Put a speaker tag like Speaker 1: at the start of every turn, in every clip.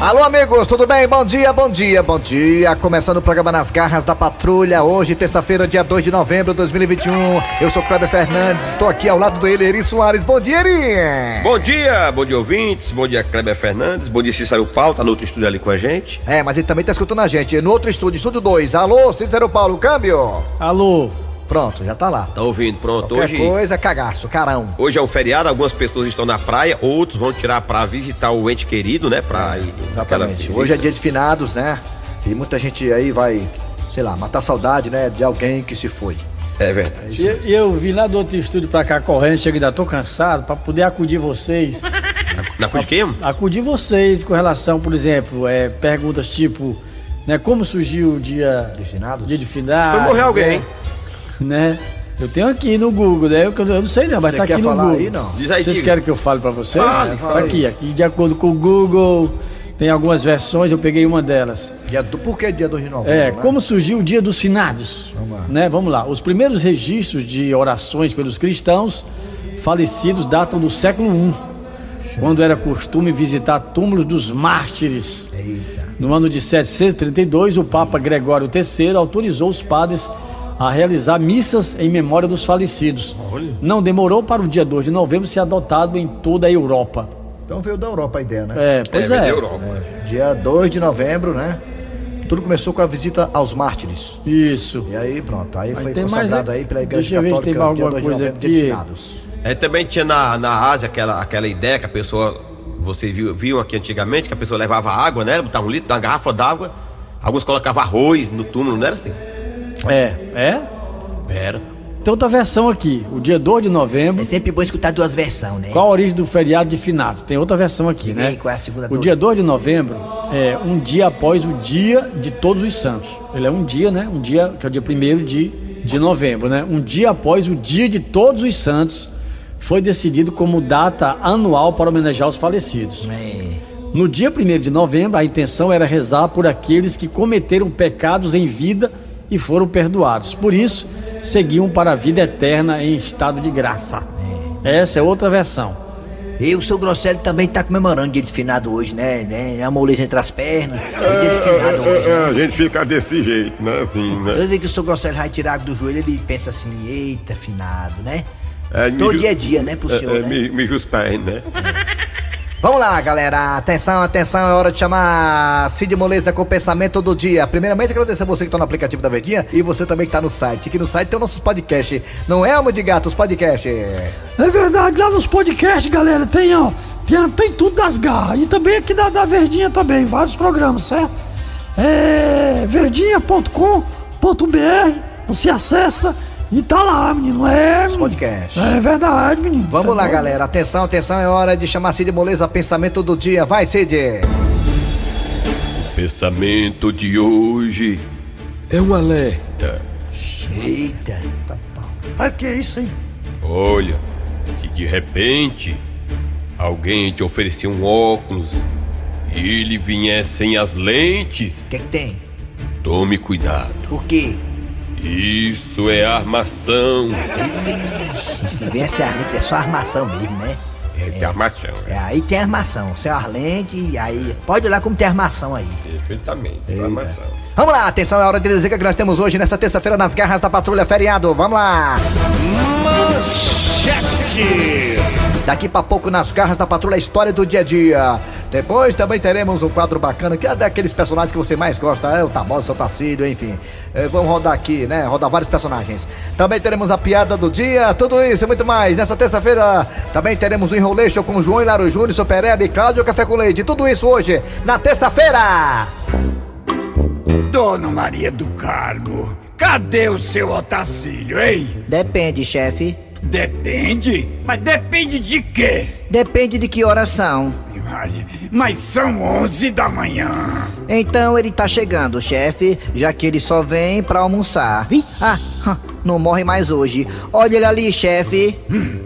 Speaker 1: Alô, amigos, tudo bem? Bom dia, bom dia, bom dia. Começando o programa Nas Garras da Patrulha, hoje, terça-feira, dia 2 de novembro de 2021. Eu sou Cleber Fernandes, estou aqui ao lado dele, Eri Soares. Bom dia, Eri!
Speaker 2: Bom dia, bom dia, ouvintes. Bom dia, Kleber Fernandes. Bom dia, Cícero Paulo, tá no outro estúdio ali com a gente.
Speaker 1: É, mas ele também tá escutando a gente. No outro estúdio, estúdio 2. Alô, Cícero Paulo, câmbio?
Speaker 3: Alô,
Speaker 1: Pronto, já tá lá.
Speaker 2: Tá ouvindo, pronto.
Speaker 1: Qualquer
Speaker 2: Hoje,
Speaker 1: coisa, cagaço, carão.
Speaker 2: hoje é um feriado, algumas pessoas estão na praia, outros vão tirar pra visitar o ente querido, né? Pra ir
Speaker 1: É, Exatamente. Hoje é dia de finados, né? E muita gente aí vai, sei lá, matar saudade, né? De alguém que se foi.
Speaker 2: É verdade.
Speaker 3: e eu, eu vim lá do outro estúdio pra cá correndo, chego ainda tô cansado, pra poder acudir vocês.
Speaker 2: Na Cruz de quem?
Speaker 3: Acudir vocês com relação, por exemplo, é, perguntas tipo, né, como surgiu o dia,
Speaker 1: Dos finados?
Speaker 3: dia de final.
Speaker 2: Foi morrer alguém, hein?
Speaker 3: Né? Eu tenho aqui no Google, né? Eu, eu não sei não, mas
Speaker 1: Você
Speaker 3: tá
Speaker 1: quer
Speaker 3: aqui no
Speaker 1: falar
Speaker 3: Google.
Speaker 1: aí, não?
Speaker 2: Diz aí,
Speaker 3: Vocês
Speaker 2: diga.
Speaker 3: querem que eu fale pra vocês?
Speaker 2: Fale,
Speaker 3: Tá aqui, aqui, de acordo com o Google, tem algumas versões, eu peguei uma delas.
Speaker 1: Dia do, por que dia 2 de novembro?
Speaker 3: É,
Speaker 1: né?
Speaker 3: como surgiu o Dia dos Finados?
Speaker 1: Vamos lá.
Speaker 3: Né, vamos lá. Os primeiros registros de orações pelos cristãos falecidos datam do século I, quando era costume visitar túmulos dos mártires.
Speaker 1: Eita.
Speaker 3: No ano de 732, o Papa Gregório III autorizou os padres a realizar missas em memória dos falecidos. Não demorou para o dia 2 de novembro ser adotado em toda a Europa.
Speaker 1: Então veio da Europa a ideia, né?
Speaker 3: É, pois
Speaker 2: vem
Speaker 3: é.
Speaker 2: da Europa.
Speaker 1: Dia 2 de novembro, né? Tudo começou com a visita aos mártires.
Speaker 3: Isso.
Speaker 1: E aí, pronto. Aí foi
Speaker 3: tem mais,
Speaker 1: consagrado
Speaker 3: né?
Speaker 1: aí pela Igreja
Speaker 3: Deixa eu ver se
Speaker 1: Católica
Speaker 3: tem mais
Speaker 1: dia
Speaker 3: alguma
Speaker 1: 2 de
Speaker 3: coisa
Speaker 1: novembro, dia de
Speaker 3: aqui.
Speaker 1: finados.
Speaker 2: É, também tinha na, na rádio aquela, aquela ideia que a pessoa, vocês viu, viam aqui antigamente, que a pessoa levava água, né? Botava um litro, uma garrafa d'água. Alguns colocavam arroz no túmulo, não era assim?
Speaker 3: É, é.
Speaker 2: Era.
Speaker 3: Tem outra versão aqui, o dia 2 de novembro.
Speaker 4: É sempre bom escutar duas versões, né?
Speaker 3: Qual a origem do feriado de finados? Tem outra versão aqui,
Speaker 4: Diga aí,
Speaker 3: né?
Speaker 4: qual é a segunda
Speaker 3: O
Speaker 4: dúvida?
Speaker 3: dia 2 de novembro é um dia após o dia de todos os santos. Ele é um dia, né? Um dia, que é o dia 1 de, de novembro, né? Um dia após o dia de todos os santos, foi decidido como data anual para homenagear os falecidos.
Speaker 4: É.
Speaker 3: No dia 1 de novembro, a intenção era rezar por aqueles que cometeram pecados em vida e foram perdoados. Por isso, seguiam para a vida eterna em estado de graça. Essa é outra versão.
Speaker 4: E o seu Grosselho também tá comemorando o dia de finado hoje, né? né? A moleza entre as pernas. É, o dia de finado
Speaker 5: É,
Speaker 4: hoje.
Speaker 5: é,
Speaker 4: Né?
Speaker 5: a gente fica desse jeito, né? Assim, né?
Speaker 4: Toda vez que o seu Grosselho vai tirar água do joelho, ele pensa assim: eita, finado, né?
Speaker 5: É, me
Speaker 4: Todo
Speaker 5: ju-
Speaker 4: dia é dia, né, pro
Speaker 5: É,
Speaker 4: senhor?
Speaker 5: é,
Speaker 4: né?
Speaker 5: mi- Mija os pés, né?
Speaker 1: Vamos lá, galera. Atenção, atenção. É hora de chamar Cid Moleza com o pensamento do dia. Primeiramente, agradecer a você que está no aplicativo da Verdinha e você também que está no site. Aqui no site tem os nossos podcasts. Não é, alma de gato, os podcasts.
Speaker 3: É verdade, lá nos podcasts, galera, tem, ó, tem, tem tudo das garras. E também aqui da, da Verdinha também, vários programas, certo? É verdinha.com.br, você acessa e tá lá, menino. É, menino.
Speaker 1: podcasts.
Speaker 3: É verdade, menino.
Speaker 1: Vamos
Speaker 3: Tá
Speaker 1: lá,
Speaker 3: bom?
Speaker 1: galera. Atenção, atenção. É hora de chamar Cid Moleza pensamento do dia. Vai, Cid.
Speaker 5: Pensamento de hoje é um alerta.
Speaker 4: Eita.
Speaker 3: Ai, que isso, hein?
Speaker 5: Olha, se de repente alguém te oferecer um óculos e ele vier sem as lentes,
Speaker 4: O que é que tem?
Speaker 5: tome cuidado.
Speaker 4: Por quê?
Speaker 5: Isso é armação.
Speaker 4: Se vem essa arlente, é só armação mesmo, né?
Speaker 5: É, armação,
Speaker 4: É, aí tem armação. Seu arlente, aí. Pode ir lá como tem armação aí.
Speaker 5: perfeitamente. É armação.
Speaker 1: Vamos lá, atenção, é hora de dizer o que nós temos hoje nessa terça-feira nas garras da patrulha feriado. Vamos lá! Daqui pra pouco nas garras da patrulha a história do dia a dia. Depois também teremos um quadro bacana, que é daqueles personagens que você mais gosta, é o Tabosa, o Tacílio, enfim. É, vamos rodar aqui, né? Rodar vários personagens. Também teremos a piada do dia, tudo isso e muito mais. Nessa terça-feira também teremos o Enroleixo com João Hilário Júnior, Superebe, e Cláudio Café com Leite. Tudo isso hoje, na terça-feira!
Speaker 6: Dona Maria do Carmo, cadê o seu Otacílio, hein?
Speaker 4: Depende, chefe.
Speaker 6: Depende, mas depende de quê?
Speaker 4: Depende de que horas são.
Speaker 6: Maria, Mas são 11 da manhã.
Speaker 4: Então ele tá chegando, chefe, já que ele só vem pra almoçar. Ah, hã, não morre mais hoje. Olha ele ali, chefe.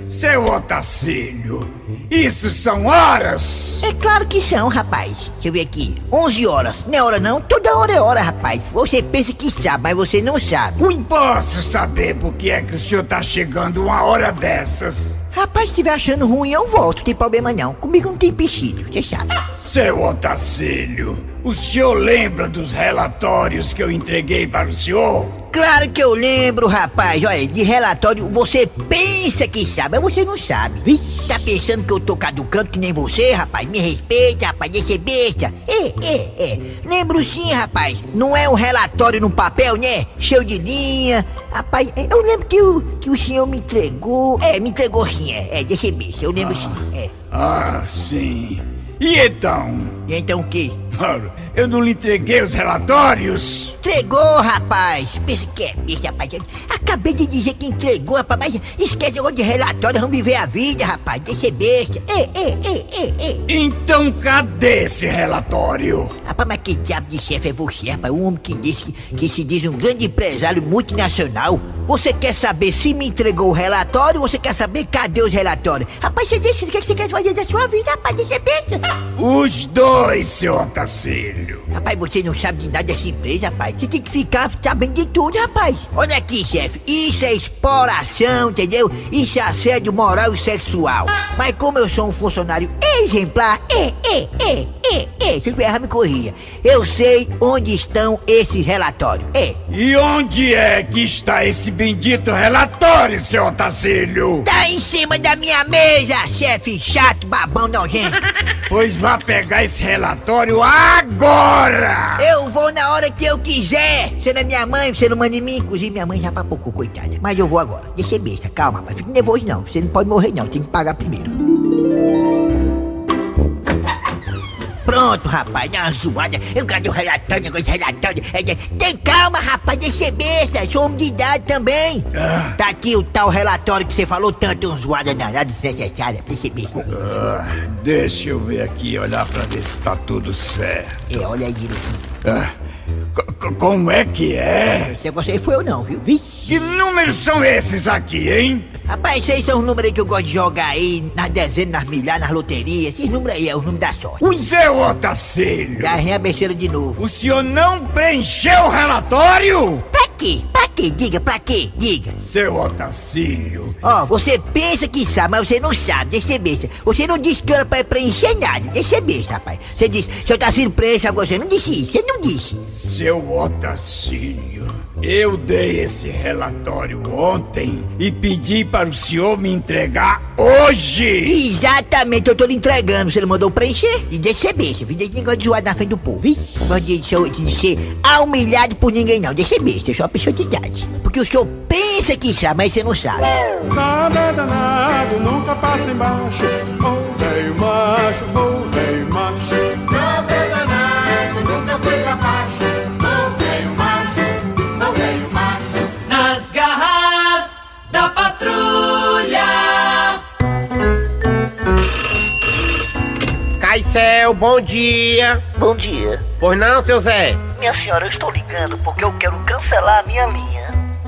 Speaker 6: Seu Otacílio, isso são horas!
Speaker 7: É claro que são, rapaz. Deixa eu ver aqui. 11 horas. Não é hora não? Toda hora é hora, rapaz. Você pensa que sabe, mas você não sabe.
Speaker 6: Não posso saber por que é que o senhor tá chegando uma hora dessas.
Speaker 7: Rapaz, se estiver achando ruim, eu volto. Não tem problema não. Comigo não tem empecilho, você sabe.
Speaker 6: Seu Otacílio, o senhor lembra dos relatórios que eu entreguei para o senhor?
Speaker 7: Claro que eu lembro, rapaz. Olha, de relatório, você pensa que sabe, mas você não sabe. Vi? Tá pensando que eu tô caducando que nem você, rapaz? Me respeita, rapaz, deixa ser besta. É, é, é. Lembro sim, rapaz. Não é um relatório no papel, né? Cheio de linha. Rapaz, é, eu lembro que o, que o senhor me entregou. É, me entregou sim, é. É, deixa ser besta. Eu lembro sim, é.
Speaker 6: Ah, sim. E então?
Speaker 7: E Então o quê?
Speaker 6: Ora, Eu não lhe entreguei os relatórios?
Speaker 7: Entregou, rapaz! Pensa que é bicho, rapaz. Eu Acabei de dizer que entregou, rapaz, mas esquece agora de relatório, vamos viver a vida, rapaz. Deixa ser besta. Ei, ei, ei, ei, ei.
Speaker 6: Então cadê esse relatório?
Speaker 7: Rapaz, mas que diabo de chefe é você, rapaz? O homem que diz que, que se diz um grande empresário multinacional. Você quer saber se me entregou o relatório ou você quer saber cadê os relatórios? Rapaz, você decide o que é que você quer fazer da sua vida, rapaz. Deixa ser besta.
Speaker 6: Os dois, seu Otacílio.
Speaker 7: Rapaz, você não sabe de nada dessa empresa, rapaz. Você tem que ficar sabendo de tudo, rapaz. Olha aqui, chefe. Isso é exploração, entendeu? Isso é assédio moral e sexual. Mas como eu sou um funcionário exemplar, é, é, é, é, é. Se eu errar, me corria. Eu sei onde estão esses relatórios. É.
Speaker 6: E onde é que está esse bendito relatório, seu Otacílio?
Speaker 7: Tá em cima da minha mesa, chefe chato, babão nojento.
Speaker 6: Pois vá pegar esse relatório agora!
Speaker 7: Eu vou na hora que eu quiser! Você não é minha mãe, você não manda em mim. Inclusive, minha mãe já papocou, coitada. Mas eu vou agora. Deixa ser besta, calma, mas fique nervoso não. Você não pode morrer não, tem que pagar primeiro. Pronto, rapaz, dá uma zoada. Eu quero o relatório, negócio de relatório. É, é, Tem calma, rapaz, deixa ser besta. Sou é homem de idade também.
Speaker 6: Ah.
Speaker 7: Tá aqui o tal relatório que você falou tanto, uma zoada danada desnecessária. Deixa ser besta.
Speaker 6: Ah, deixa eu ver aqui e olhar pra ver se tá tudo certo.
Speaker 7: É, olha aí direitinho.
Speaker 6: Ah, co- co- como é que é?
Speaker 7: Esse negócio aí foi eu não, viu? Vixe.
Speaker 6: Que números são esses aqui, hein?
Speaker 7: Rapaz, esses são os números aí que eu gosto de jogar aí, nas dezenas, nas milhares, nas loterias. Esses números aí é o número da sorte.
Speaker 6: Seu Otacílio!
Speaker 7: Lá vem a besteira de novo.
Speaker 6: O senhor não preencheu o relatório?
Speaker 7: Pra quê? Pra quê? Diga, pra quê? Diga.
Speaker 6: é? Seu Otacílio,
Speaker 7: Ó, você pensa que sabe, mas você não sabe. Deixa ser besta. Você não disse que era pra preencher nada. Deixa ser besta, rapaz. Você disse, seu Tarcísio preenche agora. Você não disse isso. Você não disse.
Speaker 6: seu Otacílio, eu dei esse relatório ontem e pedi para o senhor me entregar hoje!
Speaker 7: Exatamente, eu tô lhe entregando. Você não mandou preencher? E deixa ser besta. viu? Deixa esse negócio de zoar na frente do povo. Ih, Gosto de, ser- de ser humilhado por ninguém, não. Deixa ser besta. Eu sou é uma pessoa de idade. Porque o senhor pensa que sabe, mas você não sabe.
Speaker 8: Nada danado, nunca passa embaixo. Oh, velho macho, oh, velho macho. Nada danado, nunca foi pra baixo. Oh, velho macho, oh, velho macho. Nas garras da patrulha.
Speaker 9: Caicel, bom dia.
Speaker 10: Bom dia.
Speaker 9: Pois não, seu Zé?
Speaker 10: Minha senhora, eu estou ligando porque eu quero cancelar a minha linha.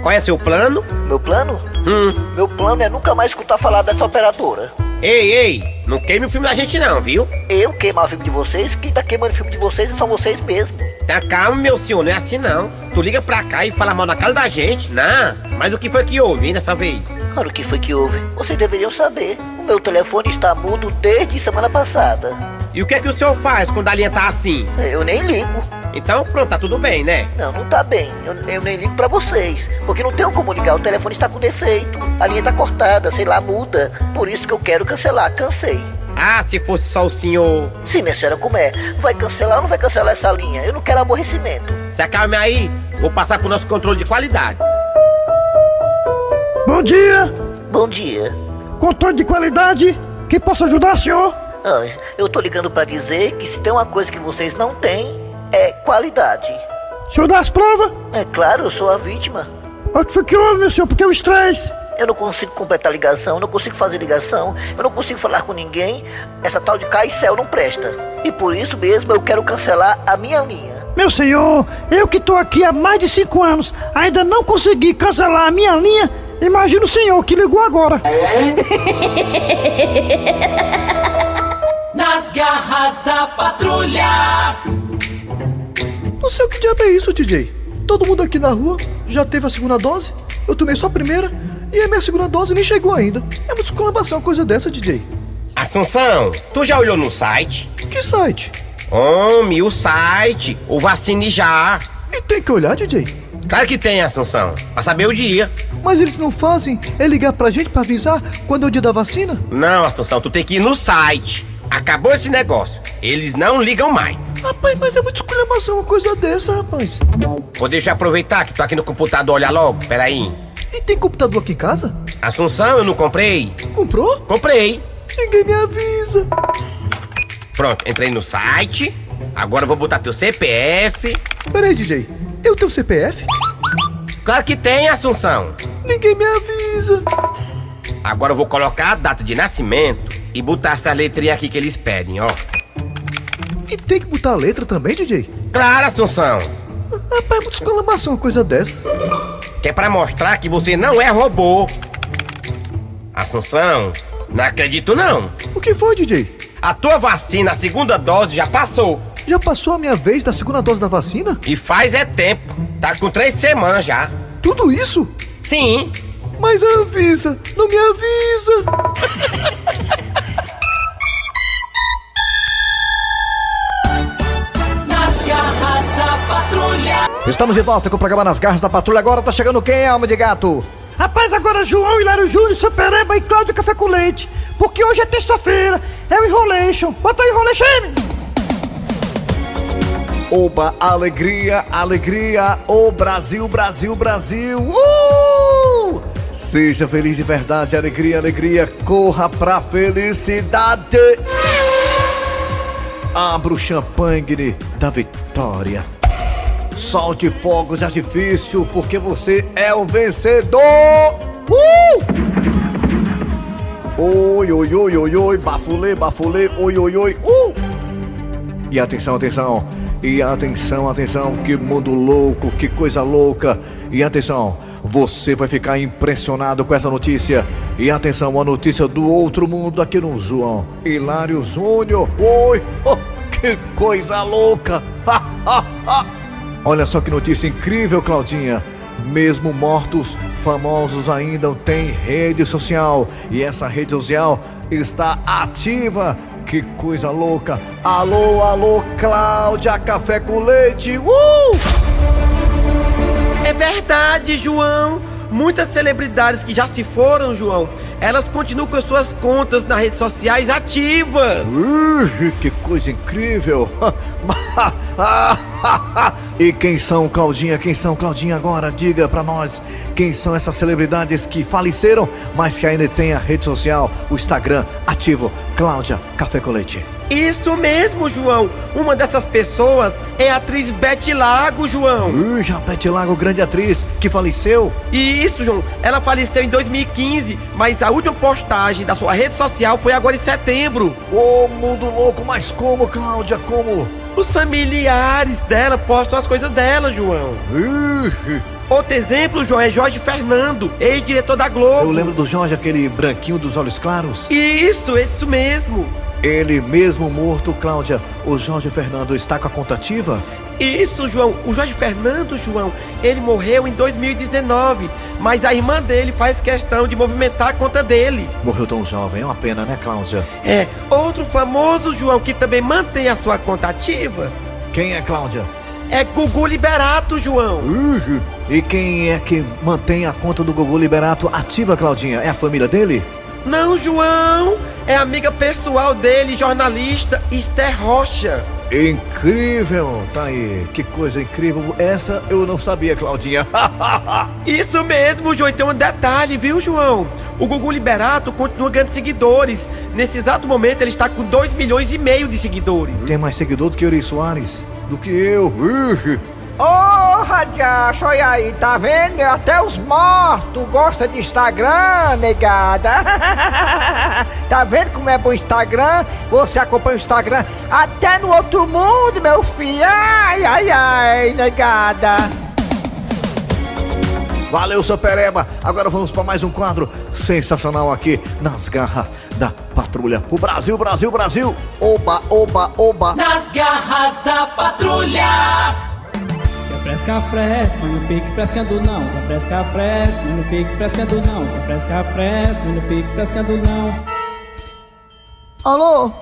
Speaker 9: Qual é seu plano?
Speaker 10: Meu plano?
Speaker 9: Hum.
Speaker 10: Meu plano é nunca mais escutar falar dessa operadora.
Speaker 9: Ei, ei, não queime o filme da gente não, viu?
Speaker 10: Eu queimar o filme de vocês, quem tá queimando o filme de vocês são vocês mesmos.
Speaker 9: Tá calmo, meu senhor, não é assim não. Tu liga pra cá e fala mal na cara da gente, não. Mas o que foi que houve, hein, dessa vez?
Speaker 10: Cara, o que foi que houve? Vocês deveriam saber. O meu telefone está mudo desde semana passada.
Speaker 9: E o que é que o senhor faz quando a linha tá assim?
Speaker 10: Eu nem ligo.
Speaker 9: Então, pronto, tá tudo bem, né?
Speaker 10: Não, não tá bem. Eu, eu nem ligo pra vocês. Porque não tenho como ligar. O telefone está com defeito. A linha tá cortada, sei lá, muda. Por isso que eu quero cancelar. Cansei.
Speaker 9: Ah, se fosse só o senhor.
Speaker 10: Sim, minha senhora, como é? Vai cancelar ou não vai cancelar essa linha? Eu não quero aborrecimento.
Speaker 9: Se acalme aí, vou passar pro nosso controle de qualidade.
Speaker 8: Bom dia,
Speaker 10: Bom dia.
Speaker 8: controle de qualidade. Que posso ajudar, senhor?
Speaker 10: Ah, eu tô ligando pra dizer que se tem uma coisa que vocês não têm, é qualidade.
Speaker 8: Senhor das provas?
Speaker 10: É claro, eu sou a vítima.
Speaker 8: O que foi que houve, meu senhor? Porque o estresse.
Speaker 11: Eu não consigo completar ligação, não consigo fazer ligação, eu não consigo falar com ninguém. Essa tal de cai e céu não presta. E por isso mesmo eu quero cancelar a minha linha.
Speaker 8: Meu senhor, eu que tô aqui há mais de cinco anos, ainda não consegui cancelar a minha linha. Imagina o senhor que ligou agora.
Speaker 12: Nas garras da patrulha.
Speaker 13: Não sei o que diabo é isso, DJ. Todo mundo aqui na rua já teve a segunda dose? Eu tomei só a primeira e a minha segunda dose nem chegou ainda. É uma descolabação coisa dessa, DJ.
Speaker 9: Assunção, tu já olhou no site?
Speaker 13: Que site?
Speaker 9: Homem, o site, o vacine já.
Speaker 13: E tem que olhar, DJ?
Speaker 9: Claro que tem, Assunção, pra saber o dia.
Speaker 13: Mas eles não fazem é ligar pra gente pra avisar quando é o dia da vacina?
Speaker 9: Não, Assunção, tu tem que ir no site. Acabou esse negócio. Eles não ligam mais.
Speaker 13: Rapaz, mas é muita esculhambação uma coisa dessa, rapaz.
Speaker 9: Vou deixa eu aproveitar que tô aqui no computador, olha logo, peraí.
Speaker 13: E tem computador Tá aqui em casa?
Speaker 9: Assunção, eu não comprei.
Speaker 13: Comprou?
Speaker 9: Comprei.
Speaker 13: Ninguém me avisa.
Speaker 9: Pronto, entrei no site. Agora eu vou botar teu CPF.
Speaker 13: Peraí, DJ. Eu tenho CPF?
Speaker 9: Claro que tem, Assunção.
Speaker 13: Ninguém me avisa.
Speaker 9: Agora eu vou colocar a data de nascimento e botar essa letrinha aqui que eles pedem, ó.
Speaker 13: É E tem que botar a letra também, DJ?
Speaker 9: Claro, Assunção.
Speaker 13: Rapaz, muita exclamação uma coisa dessa.
Speaker 9: Que é pra mostrar que você não é robô. Assunção, não acredito não.
Speaker 13: O que foi, DJ?
Speaker 9: A tua vacina, a segunda dose, já passou.
Speaker 13: Já passou a minha vez da segunda dose da vacina?
Speaker 9: E faz é tempo. Tá com três semanas já.
Speaker 13: Tudo isso?
Speaker 9: Sim.
Speaker 13: Mas avisa, não me avisa.
Speaker 12: Nas garras da patrulha.
Speaker 14: Estamos de volta com o programa Nas Garras da Patrulha. Agora tá chegando quem, alma de gato?
Speaker 8: Rapaz, agora João Hilário Júnior, Supereba e Cláudio Café com Leite. Porque hoje é terça-feira, é o Enrolation. Bota aí, Enrolation aí, menino.
Speaker 14: Oba, alegria, alegria, ô Brasil, Brasil, Brasil. Uh! Seja feliz de verdade, alegria, alegria, corra pra felicidade. Abra o champanhe da vitória. Solte fogos de artifício, porque você é o vencedor. Uh! Oi, oi, oi, oi, oi, bafulê, bafulê, oi, oi, oi, uh! E atenção, atenção. E atenção, atenção, que mundo louco, que coisa louca. E atenção, você vai ficar impressionado com essa notícia. E atenção, uma notícia do outro mundo aqui no João. Hilário Júnior. Oi, oh, que coisa louca. Ha, ha, ha. Olha só que notícia incrível, Claudinha. Mesmo mortos, famosos ainda têm rede social. E essa rede social está ativa. Que coisa louca. Alô, alô, Cláudia Café com Leite. Uh!
Speaker 15: É verdade, João. Muitas celebridades que já se foram, João, elas continuam com as suas contas nas redes sociais ativas.
Speaker 14: Uh, que coisa incrível. Ah, e quem são, Claudinha? Quem são, Claudinha? Agora diga pra nós quem são essas celebridades que faleceram, mas que ainda tem a rede social, o Instagram ativo. Cláudia Café com Leite.
Speaker 15: Isso mesmo, João. Uma dessas pessoas é a atriz Bete Lago, João.
Speaker 14: Uh, já Bete Lago, grande atriz, que faleceu.
Speaker 15: E isso, João. Ela faleceu em 2015, mas a última postagem da sua rede social foi agora em setembro.
Speaker 14: Ô, oh, mundo louco, mas como, Cláudia? Como?
Speaker 15: Os familiares dela postam as coisas dela, João.
Speaker 14: Uh.
Speaker 15: Outro exemplo, João, é Jorge Fernando, ex-diretor da Globo.
Speaker 14: Eu lembro do Jorge, aquele branquinho dos olhos claros.
Speaker 15: Isso, isso mesmo.
Speaker 14: Ele mesmo morto, Cláudia, o Jorge Fernando está com a contativa?
Speaker 15: Isso, João. O Jorge Fernando, João, ele morreu em 2019, mas a irmã dele faz questão de movimentar a conta dele.
Speaker 14: Morreu tão jovem, é uma pena, né, Cláudia?
Speaker 15: É. Outro famoso, João, que também mantém a sua conta ativa.
Speaker 14: Quem é, Cláudia?
Speaker 15: É Gugu Liberato, João.
Speaker 14: Uhum. E quem é que mantém a conta do Gugu Liberato ativa, Claudinha? É a família dele?
Speaker 15: Não, João! É amiga pessoal dele, jornalista Esther Rocha.
Speaker 14: Incrível, tá aí. Que coisa incrível. Essa eu não sabia, Claudinha.
Speaker 15: Isso mesmo, João. E tem um detalhe, viu, João? O Gugu Liberato continua ganhando seguidores. Nesse exato momento, ele está com 2 milhões e meio de seguidores.
Speaker 14: Tem mais seguidor do que Yuri Soares? Do que eu. Oh!
Speaker 16: Porra de acho, olha aí, tá vendo? Até os mortos gostam de Instagram, negada. tá vendo como é bom o Instagram? Você acompanha o Instagram até no outro mundo, meu filho. Ai, ai, ai, negada.
Speaker 14: Valeu, seu Pereba! Agora vamos para mais um quadro sensacional aqui nas garras da patrulha. O Brasil, Brasil, Brasil! Oba, oba, oba!
Speaker 12: Nas garras da patrulha.
Speaker 17: Quer fresca, fresca, mas não fique frescando não. Quer fresca, fresca, mas não fique frescando não. Quer fresca, fresca, mas não fique frescando não.
Speaker 16: Alô?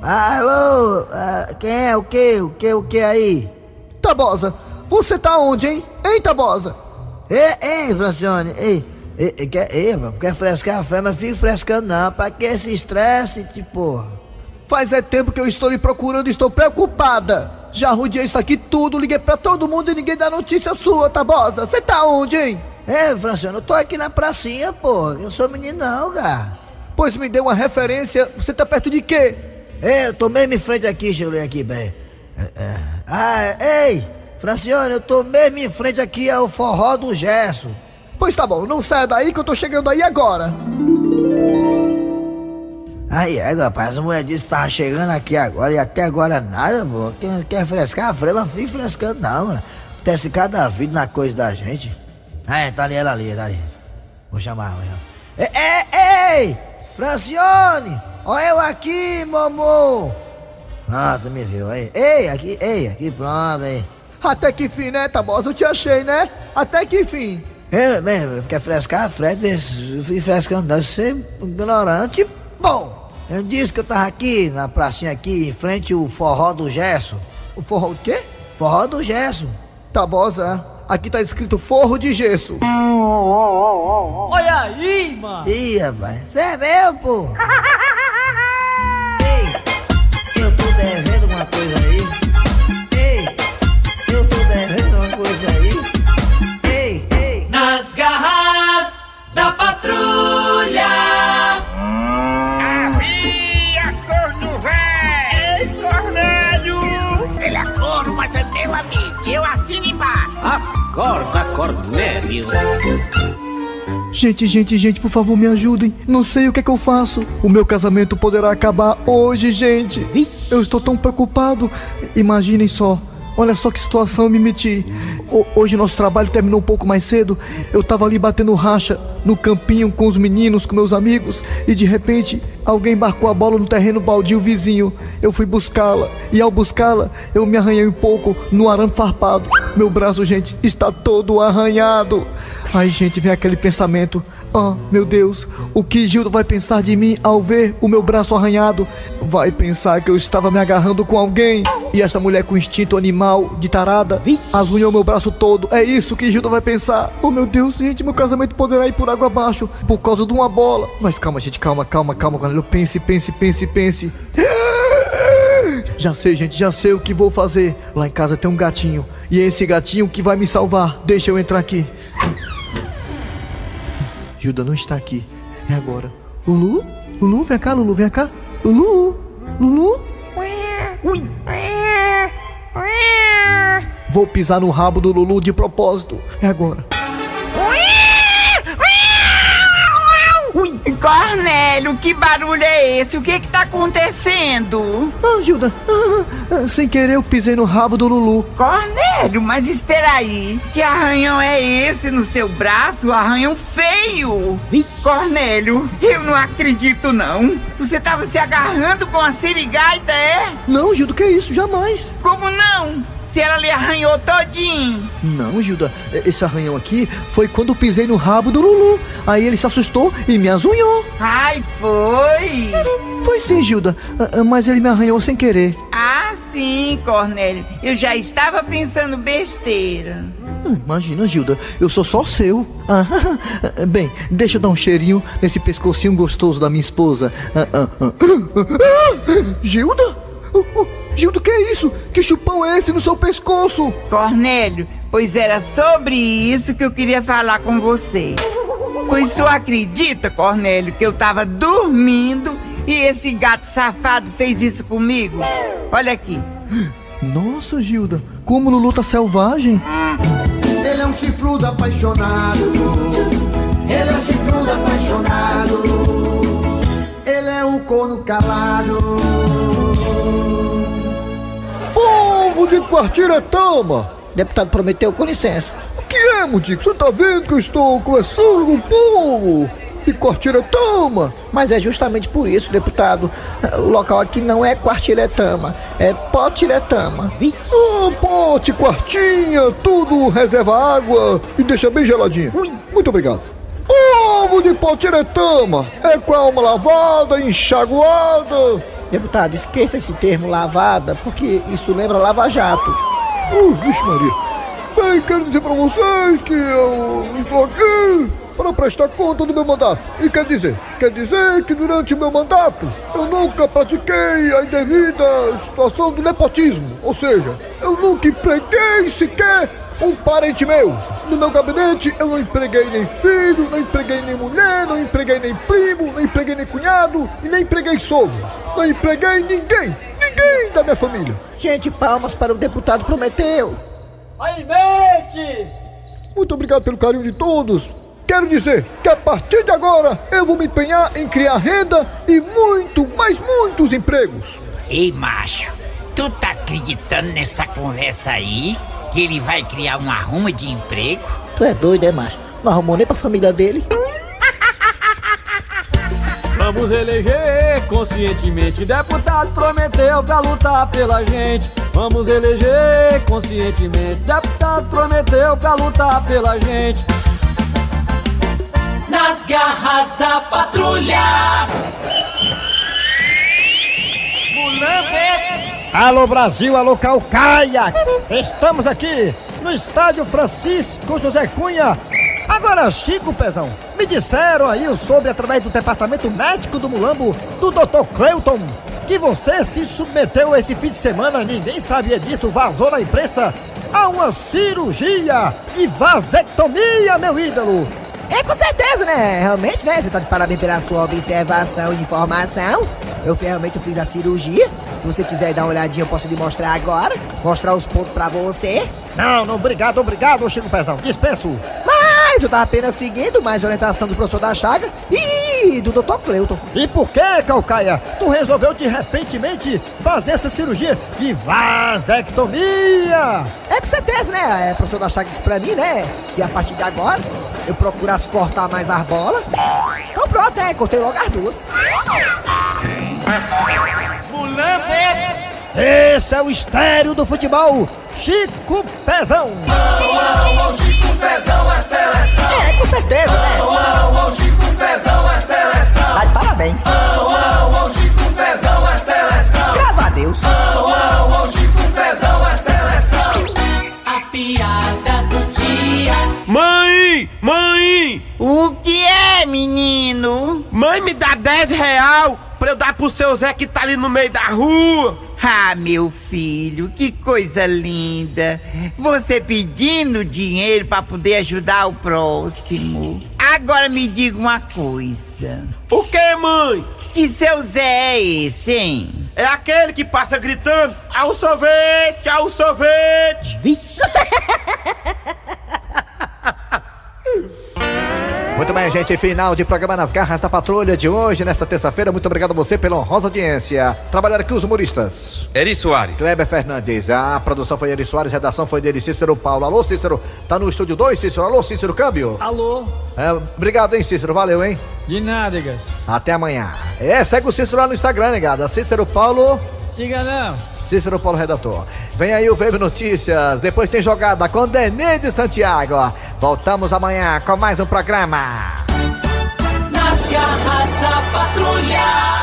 Speaker 11: Alô? ah, quem é? O que? O que? O que aí?
Speaker 16: Tabosa, você tá onde, hein? Hein, Tabosa?
Speaker 11: Ei, ei, É, Francione, ei. ei, ei, Quer, ei, mano, quer frescar a fé, mas fica frescando não. Pra que esse estresse, tipo, porra?
Speaker 16: Faz é tempo que eu estou lhe procurando e estou preocupada. Já rodeei isso aqui tudo, liguei pra todo mundo e ninguém dá notícia sua, Tabosa. Você tá onde, hein?
Speaker 11: É, Francione, eu tô aqui na pracinha, porra. Eu sou menino não, cara.
Speaker 16: Pois me dê uma referência, você tá perto de quê?
Speaker 11: É, eu tô mesmo em frente aqui, deixa eu ler aqui bem. É, é. Ah, ei, Francione, eu tô mesmo em frente aqui ao forró do Gesso.
Speaker 16: Pois tá bom, não saia daí que eu tô chegando aí agora.
Speaker 11: Aí, é, rapaz, a mulher disse que tava chegando aqui agora e até agora nada, pô. Quem quer frescar a frema, fica frescando não, mano. Tece cada vida na coisa da gente. É, tá ali, ela ali, tá ali. Vou chamar, vou chamar. Ei, é, ei, ei! Francione! Olha eu aqui, mamô! Pronto, me viu aí. Ei, aqui, ei, aqui, pronto, aí.
Speaker 16: Até que fim, né, Tabosa? Eu te achei, né? Até que fim.
Speaker 11: É, mesmo, quer frescar a frente, fui frescando não, você é ignorante, bom! Eu disse que eu tava aqui, na pracinha aqui, em frente ao forró do Gesso.
Speaker 16: O forró o quê?
Speaker 11: Forró do Gesso.
Speaker 16: Tabosa, aqui tá escrito forro de gesso.
Speaker 17: Olha aí, mano!
Speaker 11: Ih, rapaz, você é meu, pô! Ei, eu tô devendo uma coisa aí. Ei, eu tô devendo uma coisa aí. Ei, ei.
Speaker 12: Nas garras da patrulha.
Speaker 8: Havia corno velho! Ei, Cornélio! Ele é corno, mas é meu amigo, eu assino embaixo.
Speaker 18: Acorda, Cornélio.
Speaker 13: Gente, gente, gente, por favor, me ajudem. Não sei o que é que eu faço. O meu casamento poderá acabar hoje, gente. Eu estou tão preocupado. Imaginem só. Olha só que situação eu me meti. O- hoje nosso trabalho terminou um pouco mais cedo. Eu tava ali batendo racha no campinho com os meninos, com meus amigos, e de repente alguém embarcou a bola no terreno baldio vizinho. Eu fui buscá-la, e ao buscá-la, eu me arranhei um pouco no arame farpado. Meu braço, gente, está todo arranhado. Aí, gente, vem aquele pensamento: ah, meu Deus, o que Gildo vai pensar de mim ao ver o meu braço arranhado? Vai pensar que eu estava me agarrando com alguém. E essa mulher com instinto animal de tarada azunhou meu braço todo. É isso que Gildo vai pensar. Oh meu Deus, gente, meu casamento poderá ir por água abaixo por causa de uma bola. Mas calma, gente, calma, calma, calma, Cornélio. Pense, pense, pense, pense. Já sei, gente, já sei o que vou fazer. Lá em casa tem um gatinho. E é esse gatinho que vai me salvar. Deixa eu entrar aqui. Gilda não está aqui. É agora. Lulu? Lulu, vem cá, Lulu, vem cá. Lulu? Lulu? Ui. Vou pisar no rabo do Lulu de propósito. É agora.
Speaker 19: Ui, Cornélio, que barulho é esse? O que que tá acontecendo?
Speaker 13: Ah, Gilda, sem querer eu pisei no rabo do Lulu.
Speaker 19: Cornélio, mas espera aí. Que arranhão é esse no seu braço? Arranhão feio. Cornélio, eu não acredito não. Você tava se agarrando com a serigaita, é?
Speaker 13: Não, Gilda, que isso? Jamais.
Speaker 19: Como não? Se ela lhe arranhou todinho.
Speaker 13: Não, Gilda, e- esse arranhão aqui foi quando eu pisei no rabo do Lulu. Aí ele se assustou e me azunhou.
Speaker 19: Ai, foi.
Speaker 13: Foi sim, Gilda, ah, ah, mas ele me arranhou sem querer.
Speaker 19: Ah, sim, Cornélio. Eu já estava pensando besteira.
Speaker 13: Ah, Imagina, Gilda, eu sou só seu. Ah, bem, deixa eu dar um cheirinho nesse pescocinho gostoso da minha esposa. Ah, ah, ah. Ah, Gilda? Oh, oh, Gilda, que é isso? Que chupão é esse no seu pescoço?
Speaker 19: Cornélio, pois era sobre isso que eu queria falar com você. Pois só acredita, Cornélio, que eu tava dormindo e esse gato safado fez isso comigo? Olha aqui.
Speaker 13: Nossa, Gilda, como o Lulu tá selvagem.
Speaker 20: um chifrudo apaixonado. Ele é um chifrudo apaixonado. Ele é um corno calado.
Speaker 21: Povo de quartilha, toma! Deputado Prometeu, com licença. O que é, Mudico? Você tá vendo que eu estou conversando
Speaker 22: um
Speaker 21: com o povo? E Quartiretama?
Speaker 22: Mas é justamente por isso, deputado. O local aqui não é Quartiretama, é Potiretama.
Speaker 21: Ah, pote, quartinha, tudo reserva água e deixa bem geladinha. Muito obrigado. Povo de Potiretama, é com a alma lavada, enxaguada.
Speaker 22: Deputado, esqueça esse termo lavada, porque isso lembra lava-jato.
Speaker 21: Uh, vixe Maria. Bem, quero dizer pra vocês que eu estou aqui para prestar conta do meu mandato. E quer dizer, quer dizer que durante o meu mandato eu nunca pratiquei a indevida situação do nepotismo. Ou seja, eu nunca empreguei sequer um parente meu. No meu gabinete eu não empreguei nem filho, não empreguei nem mulher, não empreguei nem primo, não empreguei nem cunhado e nem empreguei sogro. Não empreguei ninguém, ninguém da minha família.
Speaker 22: Gente, palmas para o deputado Prometeu.
Speaker 21: Aí, Muito obrigado pelo carinho de todos. Quero dizer que a partir de agora eu vou me empenhar em criar renda e muito, mas muitos empregos.
Speaker 8: Ei, macho, tu tá acreditando nessa conversa aí? Que ele vai criar um arrumo de emprego?
Speaker 22: Tu é doido, é, macho? Não arrumou nem pra família dele.
Speaker 3: Vamos eleger conscientemente. Deputado prometeu pra lutar pela gente. Vamos eleger É conscientemente. Deputado prometeu pra lutar pela gente.
Speaker 8: Nas garras da patrulha.
Speaker 11: Alô Brasil, alô Calcaia! Estamos aqui no estádio Francisco José Cunha. Agora, Chico Pezão, me disseram aí sobre, através do departamento médico do Mulambo, do Dr. Cleuton, que você se submeteu esse fim de semana, ninguém sabia disso, vazou na imprensa, a uma cirurgia de vasectomia, meu ídolo!
Speaker 23: É com certeza, né? Realmente, né? Você tá de parabéns pela sua observação e informação. Eu realmente fiz a cirurgia. Se você quiser dar uma olhadinha, eu posso lhe mostrar agora. Mostrar os pontos pra você.
Speaker 11: Não, não, obrigado, obrigado, Chico Pezão, dispenso!
Speaker 23: Mas eu tava apenas seguindo mais a orientação do professor da Chaga e do Dr. Cleuton.
Speaker 11: E por que, Calcaia, tu resolveu de repentemente fazer essa cirurgia de vasectomia?
Speaker 23: É com certeza, né? O professor da Chaga disse pra mim, né? Que a partir de agora eu procurasse cortar mais as bolas. Então pronto, é, cortei logo as duas.
Speaker 11: Esse é o estéreo do futebol, Chico Pezão!
Speaker 8: Chico Pezão é seleção.
Speaker 23: É, com certeza, né?
Speaker 8: Chico Pezão é seleção.
Speaker 23: Tá de parabéns.
Speaker 8: Chico Pezão é seleção.
Speaker 23: Graças a Deus.
Speaker 8: Chico Pezão é seleção.
Speaker 12: A piada do dia.
Speaker 15: Mãe! Mãe!
Speaker 19: O que é, menino?
Speaker 15: Mãe, me dá 10 real pra eu dar pro seu Zé que tá ali no meio da rua.
Speaker 19: Ah, meu filho, que coisa linda. Você pedindo dinheiro pra poder ajudar o próximo. Agora me diga uma coisa.
Speaker 15: O que, mãe?
Speaker 19: Que seu Zé é esse, hein?
Speaker 15: É aquele que passa gritando, ao sorvete, ao sorvete.
Speaker 1: Muito bem, gente. Final de programa nas garras da patrulha de hoje, nesta terça-feira. Muito obrigado a você pela honrosa audiência. Trabalharam aqui os humoristas.
Speaker 2: É.
Speaker 15: Eri Soares.
Speaker 1: Kleber Fernandes. A produção foi Eri Soares, redação foi dele Cícero Paulo. Alô, Cícero. Tá no estúdio 2, Cícero. Alô, Cícero Câmbio.
Speaker 24: Alô?
Speaker 1: É, obrigado, hein, Cícero. Valeu, hein?
Speaker 24: De nada, guys.
Speaker 1: Até amanhã. É, segue o Cícero lá no Instagram, negada. Cícero Paulo.
Speaker 24: Siga não.
Speaker 1: Cícero Paulo Redator. Vem aí o Verbo Notícias, depois tem jogada com Denise de Santiago. Voltamos amanhã com mais um programa.
Speaker 8: Nas garras da patrulha.